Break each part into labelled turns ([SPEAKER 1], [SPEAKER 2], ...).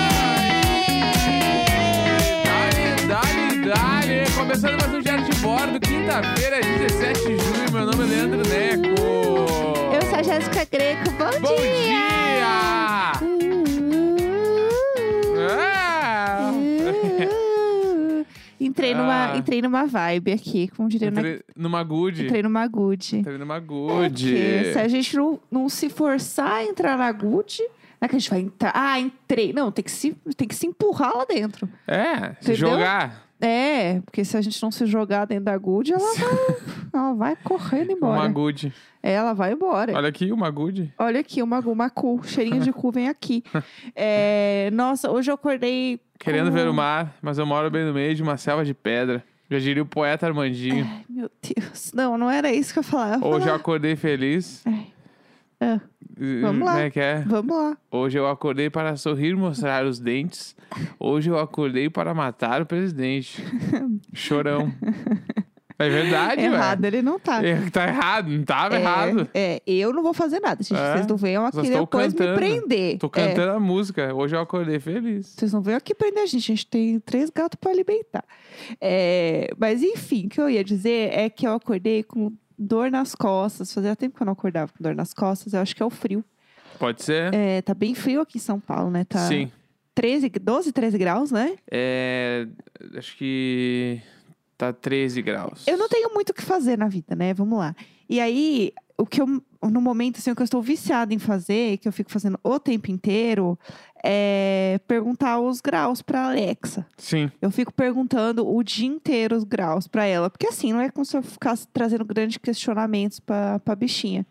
[SPEAKER 1] um Sexta-feira, 17 de junho. Meu nome é Leandro Neco.
[SPEAKER 2] Eu sou a Jéssica Greco. Bom,
[SPEAKER 1] Bom dia!
[SPEAKER 2] Hum.
[SPEAKER 1] Ah!
[SPEAKER 2] Uh, Entrei, numa,
[SPEAKER 1] Ah.
[SPEAKER 2] entrei numa vibe aqui, como diria na...
[SPEAKER 1] Entrei numa good.
[SPEAKER 2] Entrei numa good.
[SPEAKER 1] Entrei numa good.
[SPEAKER 2] Porque se a gente não, não se forçar a entrar na good, não é que a gente vai entrar. Ah, entrei. Não, tem que se, tem que se empurrar lá dentro.
[SPEAKER 1] É, se
[SPEAKER 2] Entendeu?
[SPEAKER 1] jogar.
[SPEAKER 2] É, porque se a gente não se jogar dentro da good, ela vai, ela vai correndo
[SPEAKER 1] Uma
[SPEAKER 2] embora.
[SPEAKER 1] good.
[SPEAKER 2] Ela vai embora.
[SPEAKER 1] Olha aqui, uma good.
[SPEAKER 2] Olha aqui, uma, uma cu, cheirinho de cu vem aqui. É, nossa, hoje eu acordei.
[SPEAKER 1] Querendo
[SPEAKER 2] com-
[SPEAKER 1] ver o mar, mas eu moro bem no meio de uma selva de pedra. Já diria o poeta Armandinho.
[SPEAKER 2] Ai, meu Deus. Não, não era isso que eu falava. Eu
[SPEAKER 1] Hoje eu
[SPEAKER 2] falava,
[SPEAKER 1] acordei feliz.
[SPEAKER 2] Ai. Ah,
[SPEAKER 1] Como
[SPEAKER 2] lá.
[SPEAKER 1] é que é?
[SPEAKER 2] Vamos lá.
[SPEAKER 1] Hoje eu acordei para sorrir e mostrar os dentes. Hoje eu acordei para matar o presidente. Chorão. É verdade, velho.
[SPEAKER 2] Errado ele não tá.
[SPEAKER 1] É, Tá errado, não tava
[SPEAKER 2] É,
[SPEAKER 1] errado.
[SPEAKER 2] É, eu não vou fazer nada, gente.
[SPEAKER 1] É,
[SPEAKER 2] Vocês não venham
[SPEAKER 1] só
[SPEAKER 2] aqui
[SPEAKER 1] estou
[SPEAKER 2] depois me
[SPEAKER 1] cantando.
[SPEAKER 2] prender.
[SPEAKER 1] Tô
[SPEAKER 2] É,
[SPEAKER 1] cantando a música. Hoje eu acordei feliz.
[SPEAKER 2] Vocês não venham aqui prender a gente. A gente tem três gatos pra alimentar. É, mas enfim, o que eu ia dizer é que eu acordei com dor nas costas. Fazia tempo que eu não acordava com dor nas costas. Eu acho que é o frio.
[SPEAKER 1] Pode ser?
[SPEAKER 2] É, tá bem frio aqui em São Paulo, né? Tá
[SPEAKER 1] Sim.
[SPEAKER 2] 13, 12, 13 graus, né?
[SPEAKER 1] É, acho que tá 13 graus.
[SPEAKER 2] Eu não tenho muito o que fazer na vida, né? Vamos lá. E aí, o que eu, no momento, assim, o que eu estou viciada em fazer, que eu fico fazendo o tempo inteiro, é perguntar os graus pra Alexa.
[SPEAKER 1] Sim,
[SPEAKER 2] Eu fico perguntando o dia inteiro os graus pra ela. Porque assim, não é como se eu ficasse trazendo grandes questionamentos pra, pra bichinha.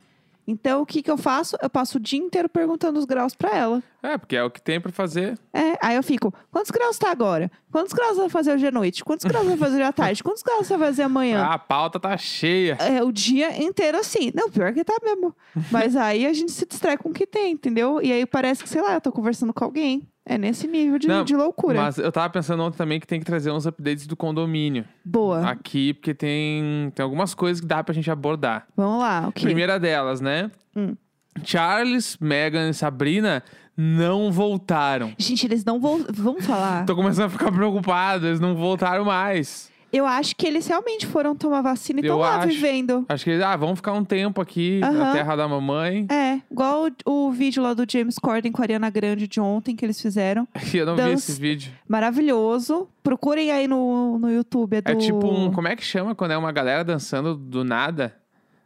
[SPEAKER 2] Então, o que que eu faço? Eu passo o dia inteiro perguntando os graus pra ela.
[SPEAKER 1] é, porque é o que tem pra fazer.
[SPEAKER 2] É, aí eu fico, quantos graus tá agora? Quantos graus vai fazer hoje à noite? Quantos graus vai fazer hoje à tarde? Quantos graus vai fazer amanhã?
[SPEAKER 1] Ah, a pauta tá cheia.
[SPEAKER 2] É, o dia inteiro assim. Não, pior que tá mesmo. Mas aí a gente se distrai com o que tem, entendeu? E aí parece que, sei lá, eu tô conversando com alguém. É nesse nível de,
[SPEAKER 1] Não,
[SPEAKER 2] de loucura.
[SPEAKER 1] Mas eu tava pensando ontem também que tem que trazer uns updates do condomínio
[SPEAKER 2] Boa.
[SPEAKER 1] aqui, porque tem, tem algumas coisas que dá pra gente abordar.
[SPEAKER 2] Vamos lá, ok.
[SPEAKER 1] Primeira delas, né?
[SPEAKER 2] Hum.
[SPEAKER 1] Charles, Megan e Sabrina não voltaram.
[SPEAKER 2] Gente, eles não vão. Vamos falar.
[SPEAKER 1] Tô começando a ficar preocupado, eles não voltaram mais.
[SPEAKER 2] Eu acho que eles realmente foram tomar vacina e
[SPEAKER 1] Eu
[SPEAKER 2] estão lá
[SPEAKER 1] acho.
[SPEAKER 2] vivendo.
[SPEAKER 1] Acho que eles, ah, vamos ficar um tempo aqui na
[SPEAKER 2] Aham.
[SPEAKER 1] terra da mamãe.
[SPEAKER 2] É, igual o, o vídeo lá do James Corden com a Ariana Grande de ontem que eles fizeram.
[SPEAKER 1] Eu não vi
[SPEAKER 2] Dança.
[SPEAKER 1] esse vídeo.
[SPEAKER 2] Maravilhoso. Procurem aí no, no YouTube. É, do...
[SPEAKER 1] É tipo um. Como é que chama quando é uma galera dançando do nada?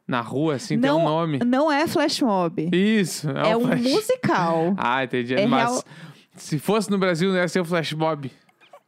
[SPEAKER 1] Na rua, assim, tem um
[SPEAKER 2] Não-
[SPEAKER 1] nome.
[SPEAKER 2] Não é flash mob.
[SPEAKER 1] Isso.
[SPEAKER 2] É um
[SPEAKER 1] flash-
[SPEAKER 2] musical.
[SPEAKER 1] Ah, entendi.
[SPEAKER 2] É
[SPEAKER 1] Mas
[SPEAKER 2] real-
[SPEAKER 1] se fosse no Brasil, não ia ser o flash mob.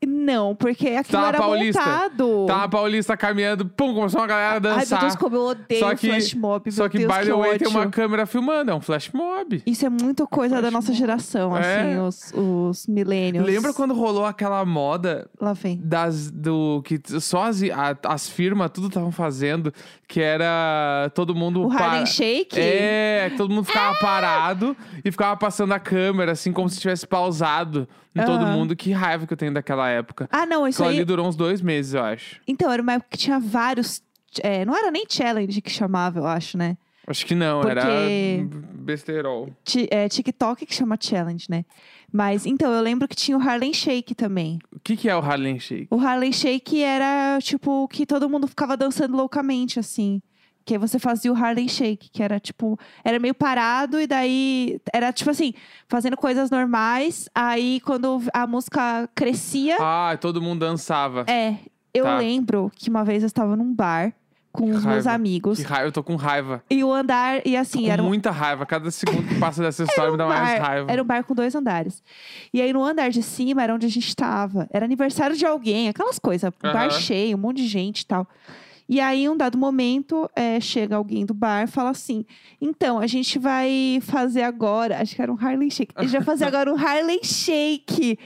[SPEAKER 2] Não, porque aquilo
[SPEAKER 1] Tá,
[SPEAKER 2] era
[SPEAKER 1] Paulista.
[SPEAKER 2] montado.
[SPEAKER 1] Tá a paulista caminhando, pum, começou uma galera a
[SPEAKER 2] Ai, meu
[SPEAKER 1] dançar.
[SPEAKER 2] Deus, como eu odeio
[SPEAKER 1] Só que-
[SPEAKER 2] flash mob.
[SPEAKER 1] Só
[SPEAKER 2] meu
[SPEAKER 1] que,
[SPEAKER 2] Deus,
[SPEAKER 1] by
[SPEAKER 2] que
[SPEAKER 1] the way,
[SPEAKER 2] ódio.
[SPEAKER 1] tem uma câmera filmando, é um flash mob.
[SPEAKER 2] Isso é muito coisa da
[SPEAKER 1] Flash
[SPEAKER 2] nossa geração,
[SPEAKER 1] É.
[SPEAKER 2] assim, os, os millennials.
[SPEAKER 1] Lembra quando rolou aquela moda
[SPEAKER 2] Lá vem.
[SPEAKER 1] das do que t- só as, a- as firmas tudo estavam fazendo, que era todo mundo
[SPEAKER 2] O Harlem
[SPEAKER 1] para...
[SPEAKER 2] Shake?
[SPEAKER 1] É, que todo mundo ficava parado e ficava passando a câmera assim como se tivesse pausado em todo
[SPEAKER 2] Aham.
[SPEAKER 1] mundo. Que raiva que eu tenho daquela época.
[SPEAKER 2] Ah, não, isso
[SPEAKER 1] Aquilo ali
[SPEAKER 2] aí.
[SPEAKER 1] durou uns dois meses, eu acho.
[SPEAKER 2] Então, era uma época que tinha vários. é, não era nem challenge que chamava, eu acho, né?
[SPEAKER 1] Acho que não, era
[SPEAKER 2] Porque-
[SPEAKER 1] besterol.
[SPEAKER 2] Ti- é, TikTok que chama challenge, né? Mas, então, eu lembro que tinha o Harlem Shake também.
[SPEAKER 1] O que que é o Harlem Shake?
[SPEAKER 2] O Harlem Shake era, tipo, que todo mundo ficava dançando loucamente, assim. Que aí você fazia o Harlem Shake, que era, tipo, era meio parado e daí... Era, tipo assim, fazendo coisas normais. Aí, quando a música crescia...
[SPEAKER 1] Ah, todo mundo dançava.
[SPEAKER 2] É, eu
[SPEAKER 1] Tá.
[SPEAKER 2] lembro que uma vez eu estava num bar com os meus
[SPEAKER 1] Raiva.
[SPEAKER 2] amigos.
[SPEAKER 1] Que raiva, eu tô com raiva.
[SPEAKER 2] E o andar... E assim,
[SPEAKER 1] com
[SPEAKER 2] era um
[SPEAKER 1] muita raiva. Cada segundo que passa dessa história me dá mais
[SPEAKER 2] bar.
[SPEAKER 1] raiva.
[SPEAKER 2] Era um bar com dois andares. E aí, no andar de cima, era onde a gente tava. Era aniversário de alguém, aquelas coisas. Um
[SPEAKER 1] Aham.
[SPEAKER 2] bar cheio, um monte de gente e tal. E aí, um dado momento, é, chega alguém do bar e fala assim: Então, a gente vai fazer agora. Acho que era um Harlem Shake. A gente vai fazer agora um Harlem Shake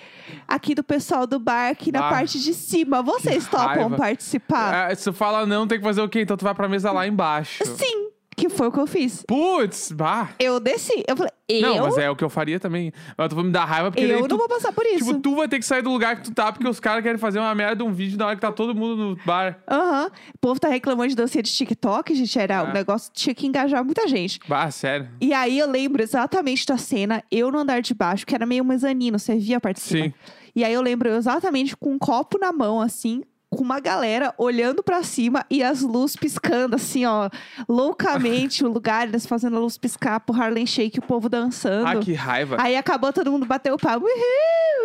[SPEAKER 2] aqui do pessoal do bar, aqui na
[SPEAKER 1] Ah,
[SPEAKER 2] parte de cima. Vocês topam
[SPEAKER 1] raiva.
[SPEAKER 2] participar?
[SPEAKER 1] Ah, se tu fala não, tem que fazer o quê? Então tu vai pra mesa lá embaixo.
[SPEAKER 2] Sim, que foi o que eu fiz.
[SPEAKER 1] Putz, bah.
[SPEAKER 2] Eu desci. Eu falei:
[SPEAKER 1] Não,
[SPEAKER 2] Eu,
[SPEAKER 1] mas é o que eu faria também. Mas tu vai me dar raiva porque daí
[SPEAKER 2] eu
[SPEAKER 1] tu,
[SPEAKER 2] não vou passar por isso.
[SPEAKER 1] tipo, tu vai ter que sair do lugar que tu tá, porque os caras querem fazer uma merda, um vídeo na hora que tá todo mundo no bar.
[SPEAKER 2] Aham. O povo tá reclamando de dancinha de TikTok, gente. Era
[SPEAKER 1] Ah.
[SPEAKER 2] um negócio que tinha que engajar muita gente.
[SPEAKER 1] Bah, sério.
[SPEAKER 2] E aí eu lembro exatamente da cena, eu no andar de baixo, que era meio mezanino, você via a parte de cima.
[SPEAKER 1] Sim.
[SPEAKER 2] E aí eu lembro exatamente com um copo na mão, assim, com uma galera olhando pra cima e as luzes piscando, assim, ó, loucamente o lugar, eles fazendo a luz piscar pro Harlem Shake, o povo dançando.
[SPEAKER 1] Ah, que raiva.
[SPEAKER 2] Aí acabou, todo mundo bateu o pau. Uhul,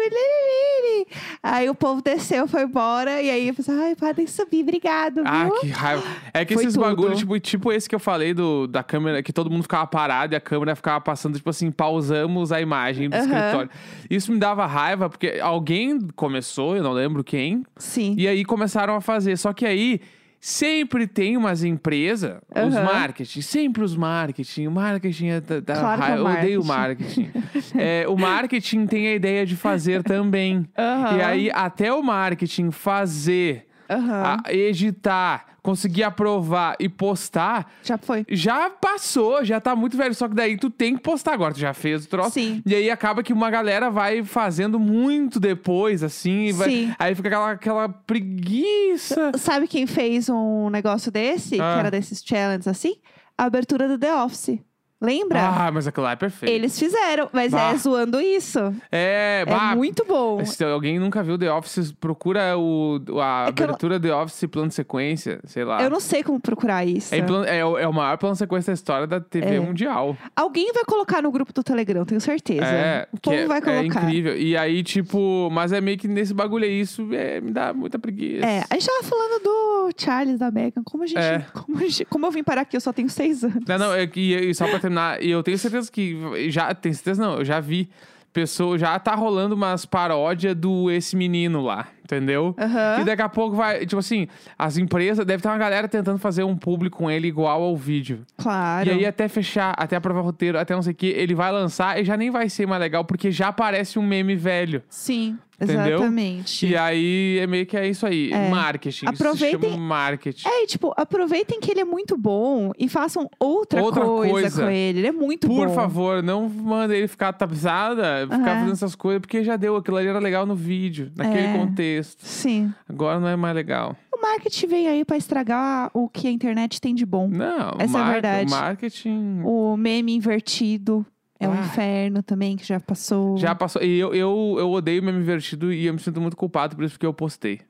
[SPEAKER 2] iliriri. Aí o povo desceu, foi embora. E aí eu pensei, ai, podem subir, obrigado.
[SPEAKER 1] Ah,
[SPEAKER 2] viu?"
[SPEAKER 1] que raiva. É que
[SPEAKER 2] Uhum. Foi
[SPEAKER 1] esses
[SPEAKER 2] tudo.
[SPEAKER 1] bagulhos, tipo, tipo esse que eu falei do, da câmera, que todo mundo ficava parado e a câmera ficava passando, tipo assim, pausamos a imagem do
[SPEAKER 2] Aham.
[SPEAKER 1] escritório. Isso me dava raiva, porque alguém começou, eu não lembro quem,
[SPEAKER 2] Sim.
[SPEAKER 1] e aí começaram a fazer. Só que aí. Sempre tem umas empresas, os
[SPEAKER 2] Aham.
[SPEAKER 1] marketing, sempre os marketing. O marketing é da, da
[SPEAKER 2] Claro que é
[SPEAKER 1] raiva.
[SPEAKER 2] o
[SPEAKER 1] Eu odeio o marketing. É, o marketing tem a ideia de fazer também.
[SPEAKER 2] Aham.
[SPEAKER 1] E aí, até o marketing fazer
[SPEAKER 2] Aham.
[SPEAKER 1] a editar, conseguir aprovar e postar,
[SPEAKER 2] Já foi.
[SPEAKER 1] já passou, já tá muito velho. Só que daí tu tem que postar agora, tu já fez o troço.
[SPEAKER 2] Sim.
[SPEAKER 1] E aí acaba que uma galera vai fazendo muito depois, assim, e vai-
[SPEAKER 2] Sim.
[SPEAKER 1] aí fica aquela, aquela preguiça.
[SPEAKER 2] Sabe quem fez um negócio desse?
[SPEAKER 1] Ah.
[SPEAKER 2] Que era desses challenges assim? A abertura do The Office. Lembra?
[SPEAKER 1] Ah, mas aquilo lá é perfeito.
[SPEAKER 2] Eles fizeram, mas
[SPEAKER 1] Bah.
[SPEAKER 2] é zoando isso.
[SPEAKER 1] É,
[SPEAKER 2] É,
[SPEAKER 1] bah,
[SPEAKER 2] muito bom.
[SPEAKER 1] se alguém nunca viu The Office, procura o, a
[SPEAKER 2] É que eu-
[SPEAKER 1] abertura The Office plano de sequência, sei lá.
[SPEAKER 2] Eu não sei como procurar isso.
[SPEAKER 1] é, em plano- é o- é o maior plano de sequência da história da TV
[SPEAKER 2] É.
[SPEAKER 1] mundial.
[SPEAKER 2] Alguém vai colocar no grupo do Telegram, tenho certeza.
[SPEAKER 1] É,
[SPEAKER 2] o
[SPEAKER 1] que
[SPEAKER 2] povo
[SPEAKER 1] é,
[SPEAKER 2] vai
[SPEAKER 1] é
[SPEAKER 2] colocar.
[SPEAKER 1] incrível. E aí, tipo, mas é meio que nesse bagulho aí, isso é, me dá muita preguiça.
[SPEAKER 2] É, a gente tava falando do Charles, da Megan. Como a gente.
[SPEAKER 1] É.
[SPEAKER 2] Como, a gente- como eu vim parar aqui, eu só tenho seis anos.
[SPEAKER 1] Não, não, é que- e, e só pra terminar, e eu tenho certeza que. Já, tenho certeza não, eu já vi. Pessoa, já tá rolando umas paródias do esse menino lá, entendeu?
[SPEAKER 2] Aham.
[SPEAKER 1] E daqui a pouco vai, tipo assim, as empresas, deve ter uma galera tentando fazer um público com ele igual ao vídeo.
[SPEAKER 2] Claro.
[SPEAKER 1] E aí é- até fechar, até aprovar roteiro, até não sei o que, ele vai lançar e já nem vai ser mais legal, porque já parece um meme velho.
[SPEAKER 2] Sim,
[SPEAKER 1] Entendeu?
[SPEAKER 2] exatamente.
[SPEAKER 1] E aí é meio que é isso aí.
[SPEAKER 2] É.
[SPEAKER 1] Marketing. Isso se
[SPEAKER 2] Aproveitem-
[SPEAKER 1] chama marketing.
[SPEAKER 2] É, e, tipo, aproveitem que ele é muito bom e façam outra,
[SPEAKER 1] Outra coisa.
[SPEAKER 2] com ele. Ele é muito bom.
[SPEAKER 1] Por favor, não manda ele ficar tapizada, ficar
[SPEAKER 2] Aham.
[SPEAKER 1] fazendo essas coisas, porque já deu. Aquilo ali era legal no vídeo, naquele
[SPEAKER 2] É.
[SPEAKER 1] contexto.
[SPEAKER 2] Sim.
[SPEAKER 1] Agora não é mais legal.
[SPEAKER 2] O marketing veio aí pra estragar o que a internet tem de bom.
[SPEAKER 1] Não,
[SPEAKER 2] Essa é a
[SPEAKER 1] mar-
[SPEAKER 2] verdade.
[SPEAKER 1] marketing.
[SPEAKER 2] O meme invertido é um
[SPEAKER 1] Hum. Ah.
[SPEAKER 2] inferno também, que já passou.
[SPEAKER 1] Já passou. E eu, eu, eu odeio meme invertido e eu me sinto muito culpado por isso porque eu postei.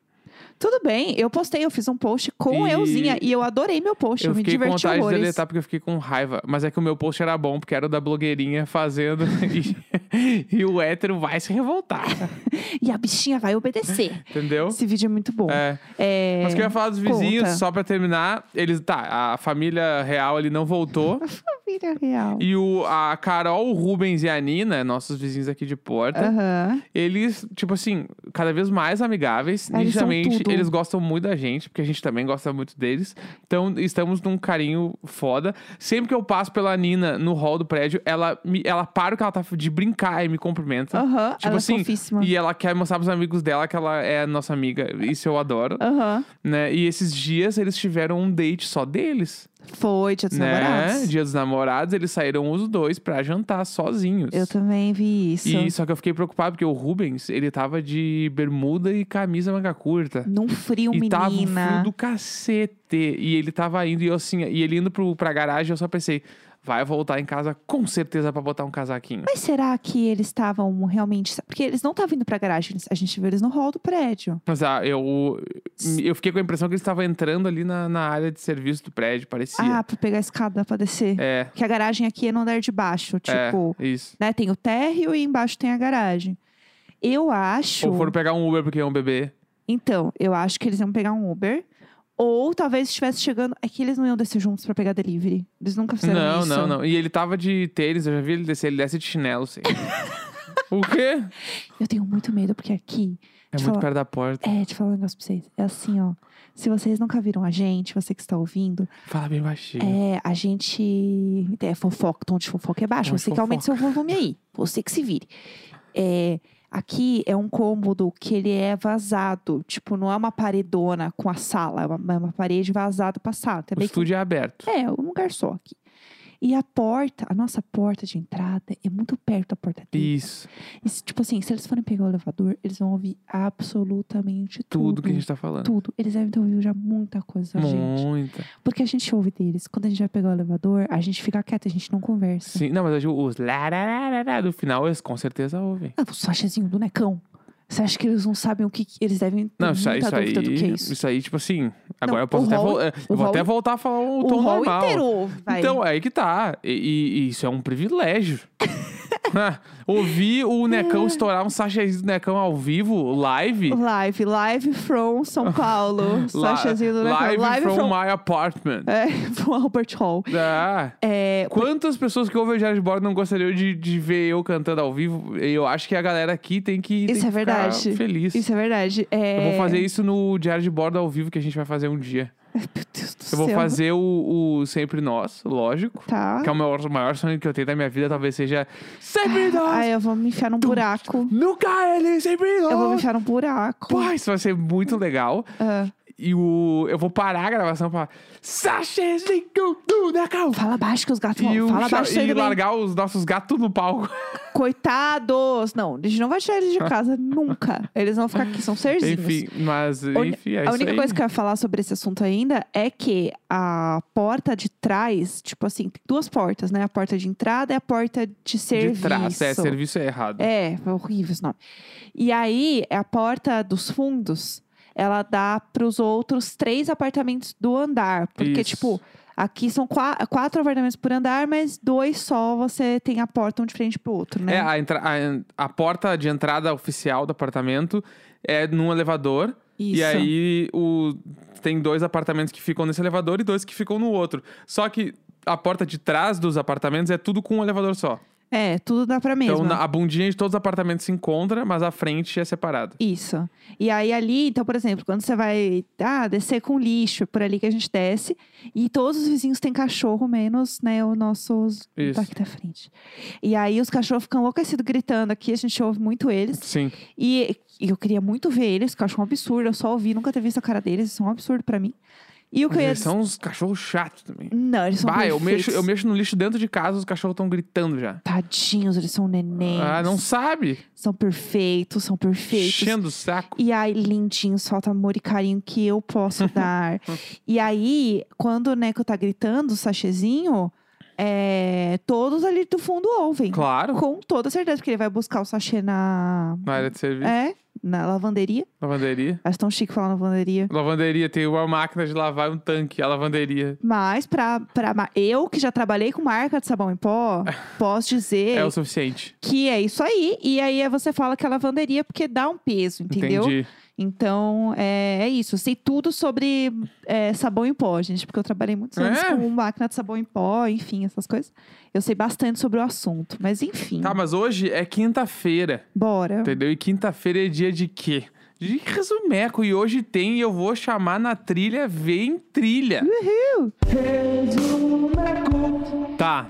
[SPEAKER 2] Tudo bem, eu postei, eu fiz um post com
[SPEAKER 1] E-
[SPEAKER 2] euzinha e eu adorei meu post,
[SPEAKER 1] eu
[SPEAKER 2] me
[SPEAKER 1] fiquei com
[SPEAKER 2] diverti
[SPEAKER 1] vontade de
[SPEAKER 2] horrores.
[SPEAKER 1] deletar porque eu fiquei com raiva. Mas é que o meu post era bom, porque era o da blogueirinha fazendo. e, e o hétero vai se revoltar.
[SPEAKER 2] E a bichinha vai obedecer.
[SPEAKER 1] entendeu?
[SPEAKER 2] Esse vídeo é muito bom.
[SPEAKER 1] É.
[SPEAKER 2] É,
[SPEAKER 1] Mas que eu ia falar dos vizinhos,
[SPEAKER 2] conta.
[SPEAKER 1] só pra terminar. Eles. Tá, a família real ele não voltou.
[SPEAKER 2] família real.
[SPEAKER 1] e o, a Carol, o Rubens e a Nina, nossos vizinhos aqui de porta,
[SPEAKER 2] Aham.
[SPEAKER 1] eles, tipo assim, cada vez mais amigáveis.
[SPEAKER 2] Eles são
[SPEAKER 1] Nitidamente,
[SPEAKER 2] tudo.
[SPEAKER 1] eles gostam muito da gente, porque a gente também gosta muito deles. Então, estamos num carinho foda. Sempre que eu passo pela Nina no hall do prédio, ela, me, ela para o que ela tá de brincar e me cumprimenta.
[SPEAKER 2] Aham,
[SPEAKER 1] Tipo
[SPEAKER 2] ela
[SPEAKER 1] assim,
[SPEAKER 2] é fofíssima.
[SPEAKER 1] E ela quer mostrar pros amigos dela que ela é a nossa amiga. Isso eu adoro
[SPEAKER 2] Aham.
[SPEAKER 1] né? E esses dias eles tiveram um date só deles,
[SPEAKER 2] Foi, dia dos
[SPEAKER 1] né?
[SPEAKER 2] namorados.
[SPEAKER 1] Dia dos namorados, eles saíram os dois pra jantar sozinhos.
[SPEAKER 2] Eu também vi isso.
[SPEAKER 1] E só que eu fiquei preocupado porque o Rubens, ele tava de bermuda e camisa manga curta.
[SPEAKER 2] Num frio,
[SPEAKER 1] e
[SPEAKER 2] menina.
[SPEAKER 1] tava um frio do cacete. E ele tava indo, e eu assim, e ele indo pro, pra garagem, eu só pensei, vai voltar em casa com certeza pra botar um casaquinho.
[SPEAKER 2] Mas será que eles estavam realmente. Porque eles não estavam indo pra garagem, eles- a gente viu eles no hall do prédio.
[SPEAKER 1] Mas ah, eu, eu fiquei com a impressão que eles estavam entrando ali na, na área de serviço do prédio, parecia.
[SPEAKER 2] Ah, pra pegar a escada pra descer.
[SPEAKER 1] é,
[SPEAKER 2] Porque a garagem aqui é no andar de baixo. Tipo,
[SPEAKER 1] é, isso.
[SPEAKER 2] né? Tem o térreo e embaixo tem a garagem. Eu acho.
[SPEAKER 1] Ou foram pegar um Uber porque é um bebê.
[SPEAKER 2] Então, eu acho que eles iam pegar um Uber. Ou talvez estivesse chegando. É que eles não iam descer juntos pra pegar delivery. Eles nunca fizeram
[SPEAKER 1] não,
[SPEAKER 2] isso.
[SPEAKER 1] não, não. E ele tava de tênis, eu já vi ele descer, ele desce de chinelo, assim. o
[SPEAKER 2] É
[SPEAKER 1] quê?
[SPEAKER 2] Eu tenho muito medo, porque aqui.
[SPEAKER 1] É
[SPEAKER 2] Deixa eu
[SPEAKER 1] muito
[SPEAKER 2] falar.
[SPEAKER 1] perto da porta.
[SPEAKER 2] É, te falar um negócio pra vocês. É assim, ó. Se vocês nunca viram a gente, você que está ouvindo,
[SPEAKER 1] Fala bem baixinho.
[SPEAKER 2] é, a gente. É fofoca, tom de fofoca é baixo.
[SPEAKER 1] Tom de
[SPEAKER 2] Você que aumente seu volume aí. Você que se vire. É, aqui é um cômodo que ele é vazado. Tipo, não é uma paredona com a sala, é uma, é uma parede vazada pra sala. Tem
[SPEAKER 1] o
[SPEAKER 2] meio que um
[SPEAKER 1] estúdio é aberto.
[SPEAKER 2] é, um lugar só aqui. E a porta, a nossa porta de entrada é muito perto da porta dele.
[SPEAKER 1] Isso.
[SPEAKER 2] E se, tipo assim, se eles forem pegar o elevador, eles vão ouvir absolutamente
[SPEAKER 1] Tudo,
[SPEAKER 2] tudo.
[SPEAKER 1] que a gente tá falando.
[SPEAKER 2] Tudo. Eles devem ter ouvido já muita coisa, da gente.
[SPEAKER 1] Muita.
[SPEAKER 2] Porque a gente ouve deles. Quando a gente vai pegar o elevador, a gente fica quieto, a gente não conversa.
[SPEAKER 1] Sim. Não, mas eu digo, os larararara do final, eles com certeza ouvem.
[SPEAKER 2] Ah, o sachezinho do necão. Você acha que eles não sabem o que. que- Eles devem ter
[SPEAKER 1] Não,
[SPEAKER 2] muita
[SPEAKER 1] isso aí, isso aí,
[SPEAKER 2] dúvida do que é isso.
[SPEAKER 1] isso aí, tipo assim, agora eu posso
[SPEAKER 2] o
[SPEAKER 1] até,
[SPEAKER 2] hall-
[SPEAKER 1] vol- eh,
[SPEAKER 2] o
[SPEAKER 1] eu vou
[SPEAKER 2] hall-
[SPEAKER 1] até voltar a falar o é um tom
[SPEAKER 2] o hall
[SPEAKER 1] normal.
[SPEAKER 2] inteiro ouve, vai.
[SPEAKER 1] Então, aí que tá. E, e- e isso é um privilégio. Ah, Ouvir o Necão estourar um sachêzinho do Necão ao vivo, live.
[SPEAKER 2] Live, live from São Paulo.
[SPEAKER 1] Li-
[SPEAKER 2] Sachazinho do Necão.
[SPEAKER 1] live, from, my apartment.
[SPEAKER 2] É, from Albert Hall.
[SPEAKER 1] Ah,
[SPEAKER 2] É,
[SPEAKER 1] Quantas pessoas que ouvem o Diário de Bordo não gostariam de, de ver eu cantando ao vivo? Eu acho que a galera aqui tem que, tem
[SPEAKER 2] Isso
[SPEAKER 1] que ficar
[SPEAKER 2] é verdade.
[SPEAKER 1] feliz.
[SPEAKER 2] isso é verdade. É...
[SPEAKER 1] Eu vou fazer isso no Diário de Bordo ao vivo que a gente vai fazer um dia.
[SPEAKER 2] Meu Deus do
[SPEAKER 1] Eu vou
[SPEAKER 2] céu.
[SPEAKER 1] fazer o, o Sempre Nós, lógico.
[SPEAKER 2] Tá.
[SPEAKER 1] Que é o maior, o maior sonho que eu tenho da minha vida, talvez seja Sempre Nós!
[SPEAKER 2] Ai, eu vou me enfiar num buraco.
[SPEAKER 1] Nunca ele, sempre nós!
[SPEAKER 2] Eu vou me enfiar num buraco.
[SPEAKER 1] Pô, isso vai ser muito legal.
[SPEAKER 2] Ah,
[SPEAKER 1] E o... eu vou parar a gravação pra Sachezinho do Necão!
[SPEAKER 2] fala baixo que os gatos
[SPEAKER 1] E,
[SPEAKER 2] vão.
[SPEAKER 1] o-
[SPEAKER 2] Fala baixo
[SPEAKER 1] e
[SPEAKER 2] também.
[SPEAKER 1] largar os nossos gatos no palco.
[SPEAKER 2] Coitados! Não, a gente não vai tirar eles de casa nunca. Eles vão ficar aqui, são serzinhos.
[SPEAKER 1] Ah. enfim, mas
[SPEAKER 2] A uni-
[SPEAKER 1] enfim, é
[SPEAKER 2] a
[SPEAKER 1] isso
[SPEAKER 2] única
[SPEAKER 1] aí.
[SPEAKER 2] coisa que eu ia falar sobre esse assunto ainda é que a porta de trás, tipo assim, tem duas portas, né? A porta de entrada e a porta de serviço.
[SPEAKER 1] De trás, é, serviço é errado.
[SPEAKER 2] É, foi horrível esse nome. E aí, a porta dos fundos, ela dá para os outros três apartamentos do andar. Porque,
[SPEAKER 1] Isso.
[SPEAKER 2] tipo, aqui são qua- quatro apartamentos por andar, mas dois só você tem a porta um de frente pro outro, né?
[SPEAKER 1] É, a, entra- a- a porta de entrada oficial do apartamento é num elevador.
[SPEAKER 2] Isso.
[SPEAKER 1] E aí o, tem dois apartamentos que ficam nesse elevador e dois que ficam no outro. Só que a porta de trás dos apartamentos é tudo com um elevador só.
[SPEAKER 2] É, tudo dá pra mesma.
[SPEAKER 1] Então na- a bundinha de todos os apartamentos se encontra, mas a frente é separada.
[SPEAKER 2] Isso. E aí ali, então, por exemplo, quando você vai ah, descer com lixo, é por ali que a gente desce, e todos os vizinhos têm cachorro, menos, né, o nosso os-
[SPEAKER 1] Isso.
[SPEAKER 2] daqui da frente. E aí os cachorros ficam enlouquecidos gritando aqui, a gente ouve muito eles.
[SPEAKER 1] Sim.
[SPEAKER 2] E e eu queria muito ver eles, que eu acho um absurdo, eu só ouvi, nunca ter visto a cara deles, isso é um absurdo pra mim. E o que eu ia
[SPEAKER 1] Eles são uns cachorros chatos também.
[SPEAKER 2] Não, eles são
[SPEAKER 1] Bah, eu
[SPEAKER 2] perfeitos.
[SPEAKER 1] mexo, eu mexo no lixo dentro de casa, os cachorros estão gritando já.
[SPEAKER 2] Tadinhos, eles são neném.
[SPEAKER 1] Ah, não sabe?
[SPEAKER 2] São perfeitos, são perfeitos.
[SPEAKER 1] Enchendo o saco.
[SPEAKER 2] E aí, lindinhos, falta amor e carinho que eu posso dar. e aí, quando o Neco tá gritando, o sachezinho, é, todos ali do fundo ouvem.
[SPEAKER 1] Claro.
[SPEAKER 2] Com toda certeza, porque ele vai buscar o sachê na.
[SPEAKER 1] Na área de serviço.
[SPEAKER 2] É, na lavanderia.
[SPEAKER 1] Lavanderia.
[SPEAKER 2] Acho tão chique falar lavanderia.
[SPEAKER 1] Lavanderia, tem uma máquina de lavar e um tanque, a lavanderia.
[SPEAKER 2] Mas pra, pra ma- eu, que já trabalhei com marca de sabão em pó, posso dizer
[SPEAKER 1] É o suficiente.
[SPEAKER 2] que é isso aí. E aí você fala que é lavanderia porque dá um peso, entendeu?
[SPEAKER 1] Entendi.
[SPEAKER 2] Então, é, é isso. Eu sei tudo sobre é, sabão em pó, gente, porque eu trabalhei muitos anos
[SPEAKER 1] É?
[SPEAKER 2] com máquina de sabão em pó, enfim, essas coisas. Eu sei bastante sobre o assunto. Mas, enfim,
[SPEAKER 1] Tá, mas hoje é quinta-feira,
[SPEAKER 2] bora.
[SPEAKER 1] entendeu? E quinta-feira é dia de quê? De resumeco. E hoje tem, eu vou chamar na trilha, vem trilha.
[SPEAKER 2] Uhul!
[SPEAKER 1] Tá.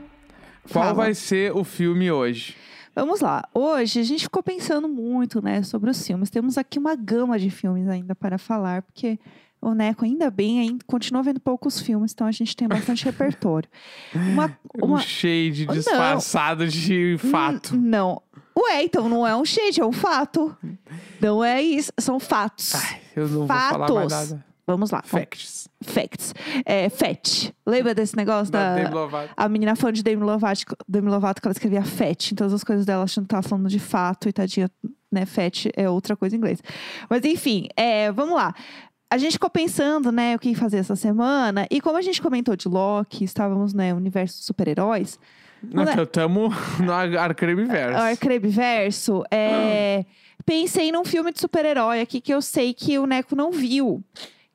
[SPEAKER 1] Qual
[SPEAKER 2] Fala.
[SPEAKER 1] vai ser o filme hoje?
[SPEAKER 2] Vamos lá. Hoje a gente ficou pensando muito, né, sobre os filmes. Temos aqui uma gama de filmes ainda para falar, porque o Neco, ainda bem, ainda continua vendo poucos filmes, então a gente tem bastante repertório. Uma,
[SPEAKER 1] Um
[SPEAKER 2] uma...
[SPEAKER 1] shade
[SPEAKER 2] Não.
[SPEAKER 1] disfarçado de fato.
[SPEAKER 2] Hum, Não. Ué, então não é um shade, é um fato. Não é isso, são fatos.
[SPEAKER 1] Ai, eu não vou falar mais
[SPEAKER 2] Fatos.
[SPEAKER 1] nada.
[SPEAKER 2] Vamos lá. vamos-
[SPEAKER 1] Facts.
[SPEAKER 2] Facts. É, fat. Lembra desse negócio
[SPEAKER 1] Da
[SPEAKER 2] da.
[SPEAKER 1] Demi Lovato.
[SPEAKER 2] a menina fã de Demi Lovato, Demi Lovato, que ela escrevia fat em todas as coisas dela, achando que tava falando de fato, e tadinha, né? Fat é outra coisa em inglês. Mas enfim, é, vamos lá. A gente ficou pensando, né, o que fazer essa semana, e como a gente comentou de Loki, estávamos, né, universo de super-heróis,
[SPEAKER 1] Não,
[SPEAKER 2] Moleque.
[SPEAKER 1] eu tamo no Arcreme Verso.
[SPEAKER 2] o Arcrebiverso, é,
[SPEAKER 1] Ah.
[SPEAKER 2] pensei num filme de super-herói aqui que eu sei que o Neco não viu.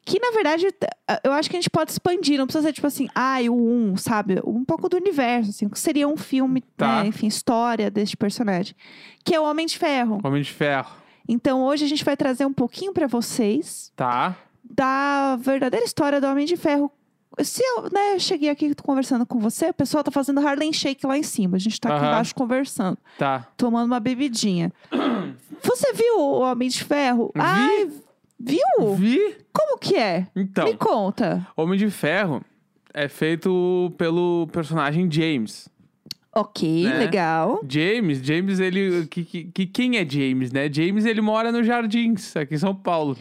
[SPEAKER 2] Que, na verdade, t- eu acho que a gente pode expandir. Não precisa ser, tipo assim, ai, o 1, sabe? Um pouco do universo, assim. O que seria um filme,
[SPEAKER 1] Tá.
[SPEAKER 2] né, enfim, história deste personagem. Que é o Homem de Ferro.
[SPEAKER 1] Homem de Ferro.
[SPEAKER 2] Então, hoje a gente vai trazer um pouquinho pra vocês
[SPEAKER 1] Tá?
[SPEAKER 2] da verdadeira história do Homem de Ferro. Se eu, né, eu cheguei aqui tô conversando com você, o pessoal tá fazendo Harlem Shake lá em cima. A gente tá aqui
[SPEAKER 1] Aham.
[SPEAKER 2] embaixo conversando
[SPEAKER 1] Tá.
[SPEAKER 2] tomando uma bebidinha. Você viu o Homem de Ferro?
[SPEAKER 1] Vi.
[SPEAKER 2] Ai, viu?
[SPEAKER 1] Vi?
[SPEAKER 2] Como que é?
[SPEAKER 1] Então.
[SPEAKER 2] Uh. Me conta.
[SPEAKER 1] Homem de Ferro é feito pelo personagem James.
[SPEAKER 2] Ok,
[SPEAKER 1] Né?
[SPEAKER 2] legal.
[SPEAKER 1] James, James, ele. Que, que- que- quem é James, né? James, ele mora no Jardins, aqui em São Paulo.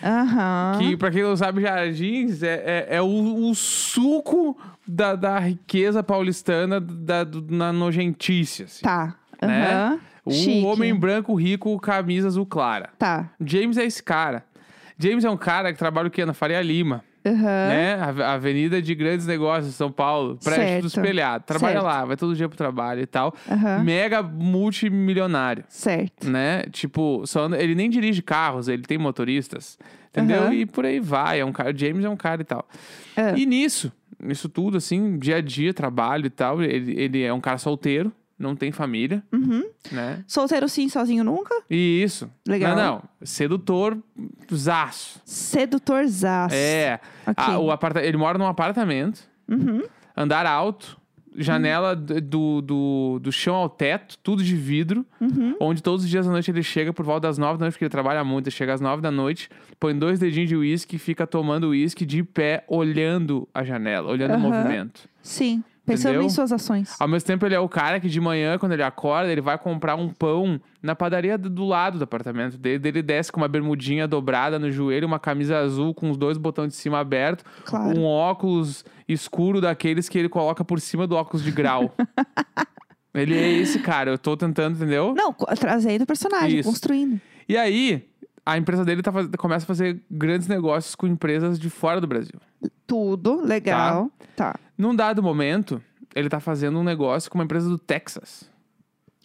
[SPEAKER 2] Aham.
[SPEAKER 1] Que, pra quem não sabe, Jardins é, é, é o, o suco da, da riqueza paulistana da, do- na nojentice. assim,
[SPEAKER 2] Tá.
[SPEAKER 1] né?
[SPEAKER 2] Aham.
[SPEAKER 1] O
[SPEAKER 2] Chique.
[SPEAKER 1] homem branco, rico, camisa azul clara.
[SPEAKER 2] Tá.
[SPEAKER 1] James é esse cara. James é um cara que trabalha o quê? Na Faria Lima,
[SPEAKER 2] Aham.
[SPEAKER 1] né? A- a Avenida de Grandes Negócios, São Paulo. Prédio do
[SPEAKER 2] Certo.
[SPEAKER 1] Espelhado. Trabalha
[SPEAKER 2] Certo.
[SPEAKER 1] lá, vai todo dia pro trabalho e tal.
[SPEAKER 2] Aham.
[SPEAKER 1] Mega multimilionário,
[SPEAKER 2] Certo.
[SPEAKER 1] né? Tipo, só anda- ele nem dirige carros, ele tem motoristas. Entendeu?
[SPEAKER 2] Aham.
[SPEAKER 1] E por aí vai. É um cara, James é um cara e tal.
[SPEAKER 2] Ah.
[SPEAKER 1] E nisso, nisso tudo, assim, dia a dia, trabalho e tal, ele, ele é um cara solteiro, não tem família,
[SPEAKER 2] Uhum.
[SPEAKER 1] né?
[SPEAKER 2] Solteiro sim, sozinho nunca?
[SPEAKER 1] E isso.
[SPEAKER 2] Legal.
[SPEAKER 1] Não, não. Sedutor, zaço.
[SPEAKER 2] Sedutorzaço.
[SPEAKER 1] É.
[SPEAKER 2] Ok.
[SPEAKER 1] A- o aparta... Ele mora num apartamento,
[SPEAKER 2] Uhum.
[SPEAKER 1] andar alto, janela d- do, do, do chão ao teto, tudo de vidro,
[SPEAKER 2] Uhum.
[SPEAKER 1] onde todos os dias da noite ele chega por volta das nove da noite, porque ele trabalha muito, ele chega às nove da noite, põe dois dedinhos de uísque e fica tomando uísque de pé, olhando a janela, olhando
[SPEAKER 2] Aham.
[SPEAKER 1] o movimento.
[SPEAKER 2] Sim. Pensando
[SPEAKER 1] Entendeu?
[SPEAKER 2] em suas ações.
[SPEAKER 1] Ao mesmo tempo, ele é o cara que de manhã, quando ele acorda, ele vai comprar um pão na padaria do- do lado do apartamento dele. Daí Ele desce com uma bermudinha dobrada no joelho, uma camisa azul com os dois botões de cima aberto,
[SPEAKER 2] Claro.
[SPEAKER 1] um óculos escuro daqueles que ele coloca por cima do óculos de grau. ele é esse cara, eu tô tentando, entendeu?
[SPEAKER 2] Não, co- trazendo o personagem,
[SPEAKER 1] Isso.
[SPEAKER 2] construindo.
[SPEAKER 1] E aí, a empresa dele tá faz- começa a fazer grandes negócios com empresas de fora do Brasil.
[SPEAKER 2] Tudo legal. Tá.
[SPEAKER 1] Num dado momento, ele tá fazendo um negócio com uma empresa do Texas,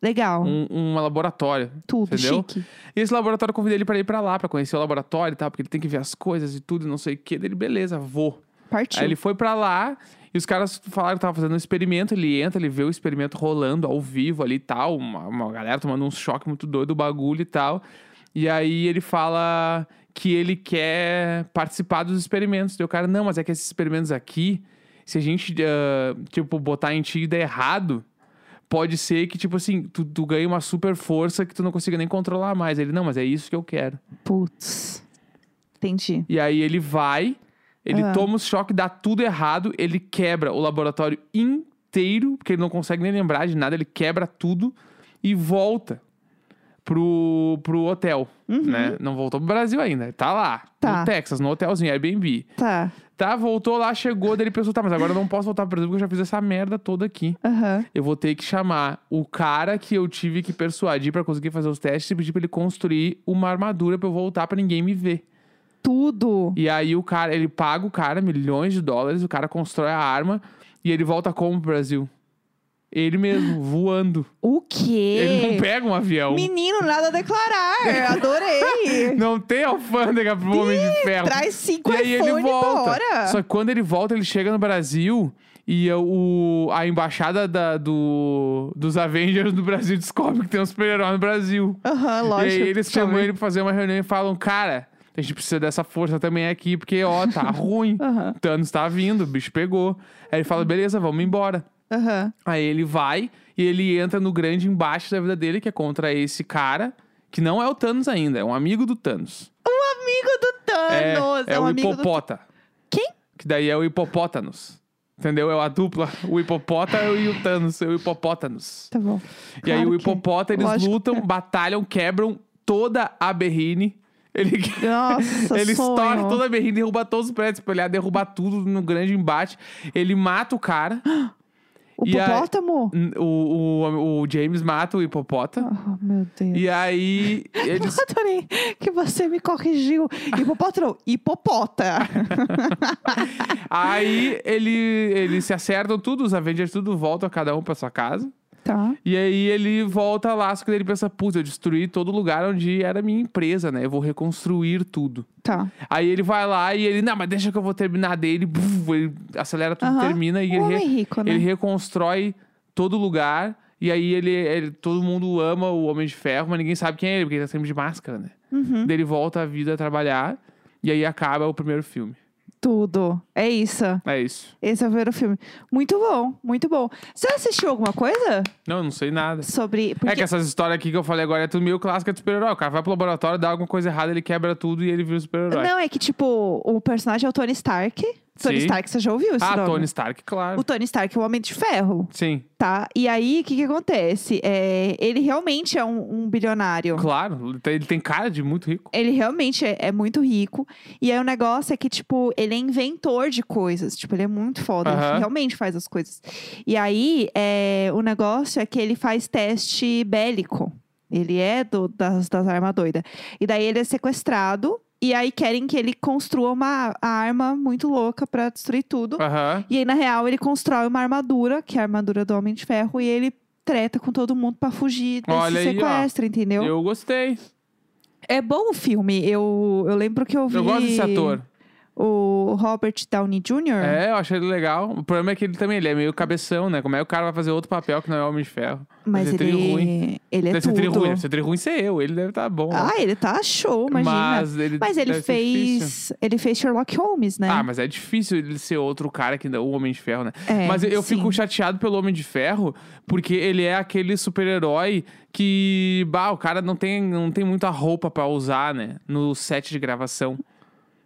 [SPEAKER 2] Legal.
[SPEAKER 1] um- um laboratório.
[SPEAKER 2] Tudo,
[SPEAKER 1] entendeu?
[SPEAKER 2] chique.
[SPEAKER 1] E esse laboratório eu convidei ele pra ir pra lá, pra conhecer o laboratório e tal, porque ele tem que ver as coisas e tudo, e não sei o que. Daí ele, beleza, vou.
[SPEAKER 2] Partiu.
[SPEAKER 1] Aí ele foi pra lá e os caras falaram que tava fazendo um experimento. Ele entra, ele vê o experimento rolando ao vivo ali e tal, uma, uma galera tomando um choque muito doido, o bagulho e tal. E aí ele fala que ele quer participar dos experimentos. Daí o cara, não, mas é que esses experimentos aqui, se a gente, ah, tipo, botar em ti e der errado, pode ser que, tipo assim, tu, tu ganhe uma super força que tu não consiga nem controlar mais. Ele, não, mas é isso que eu quero.
[SPEAKER 2] Putz. Entendi.
[SPEAKER 1] E aí ele vai, ele
[SPEAKER 2] Ah.
[SPEAKER 1] toma o choque, dá tudo errado, ele quebra o laboratório inteiro, porque ele não consegue nem lembrar de nada, ele quebra tudo e volta pro, pro hotel, né? Não voltou pro Brasil ainda, tá lá,
[SPEAKER 2] Uhum. Tá.
[SPEAKER 1] no Texas, no hotelzinho, Airbnb.
[SPEAKER 2] Tá.
[SPEAKER 1] Tá, voltou lá, chegou, daí ele pensou, tá, mas agora eu não posso voltar pro Brasil porque eu já fiz essa merda toda aqui.
[SPEAKER 2] Aham.
[SPEAKER 1] Eu vou ter que chamar o cara que eu tive que persuadir pra conseguir fazer os testes e pedir pra ele construir uma armadura pra eu voltar pra ninguém me ver.
[SPEAKER 2] Tudo.
[SPEAKER 1] E aí o cara, ele paga o cara milhões de dólares, o cara constrói a arma e ele volta como pro Brasil? Ele mesmo, voando.
[SPEAKER 2] O quê?
[SPEAKER 1] Ele não pega um avião.
[SPEAKER 2] Menino, nada a declarar. Adorei.
[SPEAKER 1] Não tem alfândega pro Homem de Ferro.
[SPEAKER 2] Traz cinco
[SPEAKER 1] E aí ele
[SPEAKER 2] iPhone
[SPEAKER 1] volta.
[SPEAKER 2] bora.
[SPEAKER 1] Só que quando ele volta, ele chega no Brasil e a- o, a embaixada da- do, dos Avengers do Brasil descobre que tem um super-herói no Brasil.
[SPEAKER 2] Aham,
[SPEAKER 1] e
[SPEAKER 2] lógico.
[SPEAKER 1] aí eles chamam ele pra fazer uma reunião e falam, cara, a gente precisa dessa força também aqui, porque, ó, tá ruim.
[SPEAKER 2] Aham.
[SPEAKER 1] Thanos tá vindo, o bicho pegou. Aí ele fala, beleza, vamos embora.
[SPEAKER 2] Aham.
[SPEAKER 1] Aí ele vai e ele entra no grande embate da vida dele, que é contra esse cara, que não é o Thanos ainda, é um amigo do Thanos.
[SPEAKER 2] Um amigo do Thanos.
[SPEAKER 1] é, é
[SPEAKER 2] um
[SPEAKER 1] o
[SPEAKER 2] amigo do...
[SPEAKER 1] Hipopota.
[SPEAKER 2] Quem?
[SPEAKER 1] Que daí é o Hipopótanos. Entendeu? É a dupla. O Hipopota e o Thanos. É o Hipopótanos.
[SPEAKER 2] Tá bom.
[SPEAKER 1] e aí
[SPEAKER 2] Claro
[SPEAKER 1] o
[SPEAKER 2] que é.
[SPEAKER 1] Hipopota, eles
[SPEAKER 2] Lógico.
[SPEAKER 1] lutam, batalham, quebram toda a berrine. Ele...
[SPEAKER 2] Nossa,
[SPEAKER 1] Ele
[SPEAKER 2] sonho.
[SPEAKER 1] estoura toda a berrina, derruba todos os prédios pra ele ia derrubar tudo no grande embate. Ele mata o cara.
[SPEAKER 2] O
[SPEAKER 1] e a-
[SPEAKER 2] hipopótamo?
[SPEAKER 1] N- O, o, o James mata o hipopota.
[SPEAKER 2] Oh, meu Deus.
[SPEAKER 1] E aí eles.
[SPEAKER 2] Eu adorei que você me corrigiu. Hipopótamo, hipopota.
[SPEAKER 1] aí ele, eles se acertam tudo, os Avengers tudo voltam cada um pra sua casa.
[SPEAKER 2] tá.
[SPEAKER 1] E aí ele volta lá, só que daí ele pensa, putz, eu destruí todo lugar onde era a minha empresa, né? Eu vou reconstruir tudo.
[SPEAKER 2] Tá.
[SPEAKER 1] Aí ele vai lá e ele, não, mas deixa que eu vou terminar dele. Buf, ele acelera tudo,
[SPEAKER 2] Aham.
[SPEAKER 1] termina e
[SPEAKER 2] Um
[SPEAKER 1] ele, re-
[SPEAKER 2] homem rico, né?
[SPEAKER 1] ele reconstrói todo lugar. E aí ele, ele- todo mundo ama o Homem de Ferro, mas ninguém sabe quem é ele, porque ele tá sempre de máscara, né?
[SPEAKER 2] Uhum.
[SPEAKER 1] Daí ele volta à vida a trabalhar. E aí acaba o primeiro filme.
[SPEAKER 2] Tudo. É isso.
[SPEAKER 1] É isso.
[SPEAKER 2] Esse é o primeiro filme. Muito bom, muito bom. Você assistiu alguma coisa
[SPEAKER 1] Não, eu não sei nada.
[SPEAKER 2] sobre. Porque...
[SPEAKER 1] É que essas histórias aqui que eu falei agora é tudo meio clássica de super-herói. O cara vai pro laboratório, dá alguma coisa errada, ele quebra tudo e ele vira o super-herói.
[SPEAKER 2] Não, é que, tipo, o personagem é o Tony Stark. Tony
[SPEAKER 1] Sim.
[SPEAKER 2] Stark, você já ouviu esse
[SPEAKER 1] Ah,
[SPEAKER 2] nome?
[SPEAKER 1] Tony Stark, claro.
[SPEAKER 2] né? O Tony Stark é o Homem de Ferro,
[SPEAKER 1] Sim,
[SPEAKER 2] tá? E aí, o que, que acontece? É, ele realmente é um, um bilionário.
[SPEAKER 1] claro. Ele tem- Ele tem cara de muito rico.
[SPEAKER 2] Ele realmente é, é muito rico. E aí o negócio é que, tipo, ele é inventor de coisas. Tipo, ele é muito foda.
[SPEAKER 1] Aham.
[SPEAKER 2] Ele realmente faz as coisas. E aí, é, o negócio é que ele faz teste bélico. Ele é do- das, das armas doidas. E daí ele é sequestrado. E aí querem que ele construa uma a arma muito louca pra destruir tudo.
[SPEAKER 1] Aham.
[SPEAKER 2] E aí, na real, ele constrói uma armadura, que é a armadura do Homem de Ferro, e ele treta com todo mundo pra fugir desse
[SPEAKER 1] Olha aí, ó.
[SPEAKER 2] sequestro, entendeu?
[SPEAKER 1] Eu gostei.
[SPEAKER 2] É bom o filme. Eu, eu lembro que eu vi
[SPEAKER 1] Eu gosto desse ator.
[SPEAKER 2] o Robert Downey Jr.
[SPEAKER 1] É, eu achei ele legal. O problema é que ele também ele é meio cabeção, né? Como é que o cara vai fazer outro papel que não é Homem de Ferro?
[SPEAKER 2] mas
[SPEAKER 1] Deve ser tri ruim.
[SPEAKER 2] ele, ele é
[SPEAKER 1] Deve ser tri
[SPEAKER 2] tudo.
[SPEAKER 1] ruim. Deve ser tri ruim ser eu. Ele deve estar bom. né?
[SPEAKER 2] ah, ele tá show, imagina.
[SPEAKER 1] Mas ele,
[SPEAKER 2] Mas ele
[SPEAKER 1] deve ser difícil.
[SPEAKER 2] fez. Ele fez Sherlock Holmes, né?
[SPEAKER 1] Ah, mas é difícil ele ser outro cara que não- o Homem de Ferro, né?
[SPEAKER 2] É,
[SPEAKER 1] mas eu, eu
[SPEAKER 2] sim.
[SPEAKER 1] fico chateado pelo Homem de Ferro, porque ele é aquele super-herói que, bah, o cara não tem, não tem muita roupa pra usar, né? No set de gravação.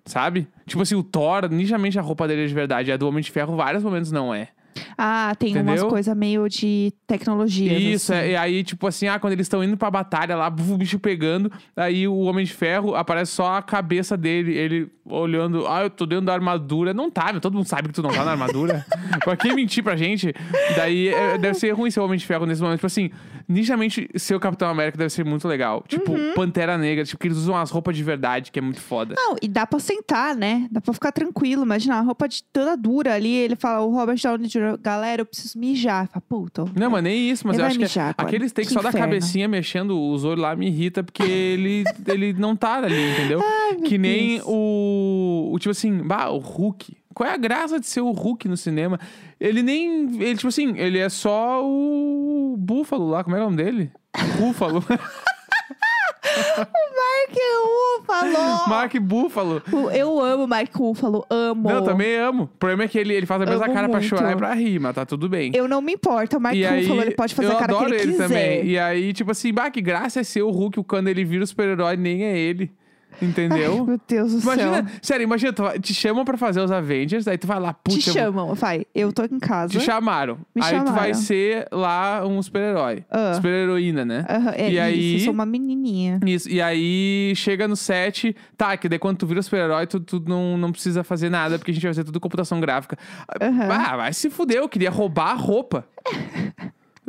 [SPEAKER 1] Sabe? Tipo assim, o Thor, nijamente a roupa dele é de verdade. A do Homem de Ferro, vários momentos não é.
[SPEAKER 2] Ah, tem umas
[SPEAKER 1] Entendeu?
[SPEAKER 2] coisas meio de tecnologia.
[SPEAKER 1] Isso, é, e aí, tipo assim, ah, quando eles estão indo pra batalha lá, buf, o bicho pegando, aí o Homem de Ferro aparece só a cabeça dele, ele olhando, ah, eu tô dentro da armadura. Não tá, meu, todo mundo sabe que tu não tá na armadura. pra que mentir pra gente? Daí é, deve ser ruim ser o Homem de Ferro nesse momento. Tipo assim, nitidamente ser o Capitão América deve ser muito legal. Tipo, Pantera Negra, tipo, que eles usam as roupas de verdade, que é muito foda.
[SPEAKER 2] Não, e dá pra sentar, né? Dá pra ficar tranquilo. Imagina, a roupa de toda dura ali. Ele fala, o Robert Downey Jr., galera, eu preciso mijar. Fala, puta.
[SPEAKER 1] Não, mas nem isso, mas
[SPEAKER 2] Ele
[SPEAKER 1] eu
[SPEAKER 2] vai
[SPEAKER 1] acho que
[SPEAKER 2] mijar agora.
[SPEAKER 1] aqueles takes
[SPEAKER 2] Que
[SPEAKER 1] só da
[SPEAKER 2] inferno.
[SPEAKER 1] cabecinha mexendo os olhos lá me irrita, porque ele, ele não tá ali, entendeu? que nem
[SPEAKER 2] Deus.
[SPEAKER 1] o, o. Tipo assim, bah, o Hulk. Qual é a graça de ser o Hulk no cinema? Ele nem. Ele, tipo assim, ele é só o Búfalo lá, como é o nome dele? Búfalo.
[SPEAKER 2] Mark Ruffalo!
[SPEAKER 1] Mark Búfalo.
[SPEAKER 2] O- Eu amo Mark Ruffalo, amo.
[SPEAKER 1] Não, eu também amo. O problema é que ele, ele faz a mesma
[SPEAKER 2] Amo
[SPEAKER 1] cara pra
[SPEAKER 2] muito.
[SPEAKER 1] chorar e pra rir, mas tá tudo bem.
[SPEAKER 2] Eu não me importo, o Mark
[SPEAKER 1] E aí,
[SPEAKER 2] Ruffalo, ele pode fazer
[SPEAKER 1] eu
[SPEAKER 2] a cara que
[SPEAKER 1] adoro
[SPEAKER 2] ele,
[SPEAKER 1] ele
[SPEAKER 2] quiser.
[SPEAKER 1] também. E aí, tipo assim, bah, que graça é ser o Hulk quando ele vira o super-herói, nem é ele.
[SPEAKER 2] Ai,
[SPEAKER 1] Entendeu?
[SPEAKER 2] meu Deus do
[SPEAKER 1] imagina,
[SPEAKER 2] céu.
[SPEAKER 1] sério, imagina, tu vai- te chamam pra fazer os Avengers, aí tu vai lá,
[SPEAKER 2] Te
[SPEAKER 1] putz, eu-
[SPEAKER 2] chamam, vai. Eu tô em casa.
[SPEAKER 1] te chamaram.
[SPEAKER 2] Me
[SPEAKER 1] aí tu vai
[SPEAKER 2] chamaram.
[SPEAKER 1] ser lá um super-herói.
[SPEAKER 2] Ah.
[SPEAKER 1] Super-heroína, né?
[SPEAKER 2] Aham, é
[SPEAKER 1] e
[SPEAKER 2] isso,
[SPEAKER 1] aí.
[SPEAKER 2] eu sou uma menininha.
[SPEAKER 1] Isso, e aí chega no set, tá, que daí quando tu vira super-herói, tu, tu não, não precisa fazer nada, porque a gente vai fazer tudo computação gráfica.
[SPEAKER 2] Aham.
[SPEAKER 1] Ah, vai se fuder, eu queria roubar a roupa.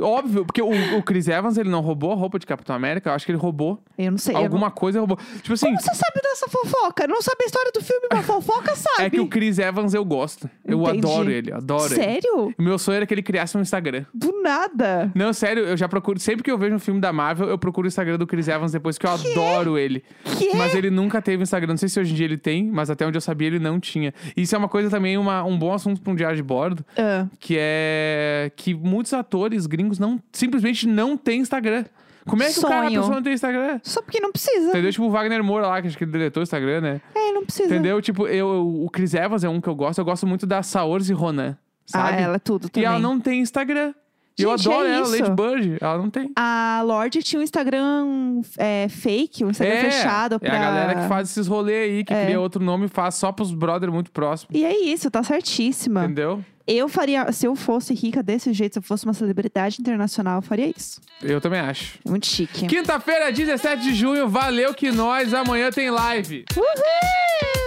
[SPEAKER 1] Óbvio, porque o, o Chris Evans, ele não roubou a roupa de Capitão América, eu acho que ele roubou.
[SPEAKER 2] Eu não sei. eu
[SPEAKER 1] Alguma coisa roubou. Tipo assim,
[SPEAKER 2] não- Como você sabe dessa fofoca? Não sabe a história do filme, mas fofoca sabe.
[SPEAKER 1] é que o Chris Evans eu gosto. Eu
[SPEAKER 2] Entendi.
[SPEAKER 1] adoro ele, adoro ele.
[SPEAKER 2] Sério?
[SPEAKER 1] O Meu sonho era que ele criasse um Instagram.
[SPEAKER 2] Do nada.
[SPEAKER 1] Não, sério, eu já procuro. Sempre que eu vejo um filme da Marvel, eu procuro o Instagram do Chris Evans depois, que eu adoro ele.
[SPEAKER 2] Quê?
[SPEAKER 1] Mas ele nunca teve Instagram. Não sei se hoje em dia ele tem, mas até onde eu sabia, ele não tinha. Isso é uma coisa também, uma- um bom assunto pra um diário de bordo.
[SPEAKER 2] Ah,
[SPEAKER 1] que é que muitos atores gringos não simplesmente não têm Instagram. Como é que o cara a
[SPEAKER 2] Sonho.
[SPEAKER 1] pessoa não tem Instagram?
[SPEAKER 2] só porque não precisa.
[SPEAKER 1] Entendeu? Tipo o Wagner Moura lá, que acho que ele deletou o Instagram, né?
[SPEAKER 2] É, não precisa.
[SPEAKER 1] Entendeu? Tipo, eu, o Chris Evans é um que eu gosto. Eu gosto muito da Saoirse Ronan, sabe?
[SPEAKER 2] Ah, ela é tudo
[SPEAKER 1] E
[SPEAKER 2] também.
[SPEAKER 1] ela não tem Instagram. E eu
[SPEAKER 2] Gente,
[SPEAKER 1] adoro
[SPEAKER 2] é
[SPEAKER 1] ela,
[SPEAKER 2] isso.
[SPEAKER 1] Lady Bird. Ela não tem.
[SPEAKER 2] A Lorde tinha um Instagram é, fake, um Instagram
[SPEAKER 1] é,
[SPEAKER 2] fechado. Pra... É.
[SPEAKER 1] é a galera que faz esses rolês aí, que cria outro nome e faz só pros brother muito próximos.
[SPEAKER 2] E é isso, tá certíssima.
[SPEAKER 1] Entendeu?
[SPEAKER 2] Eu faria, se eu fosse rica desse jeito, se eu fosse uma celebridade internacional, eu faria isso.
[SPEAKER 1] Eu também acho.
[SPEAKER 2] É muito chique.
[SPEAKER 1] Quinta-feira, 17 de junho. Valeu que nós. Amanhã tem live.
[SPEAKER 2] Uhul!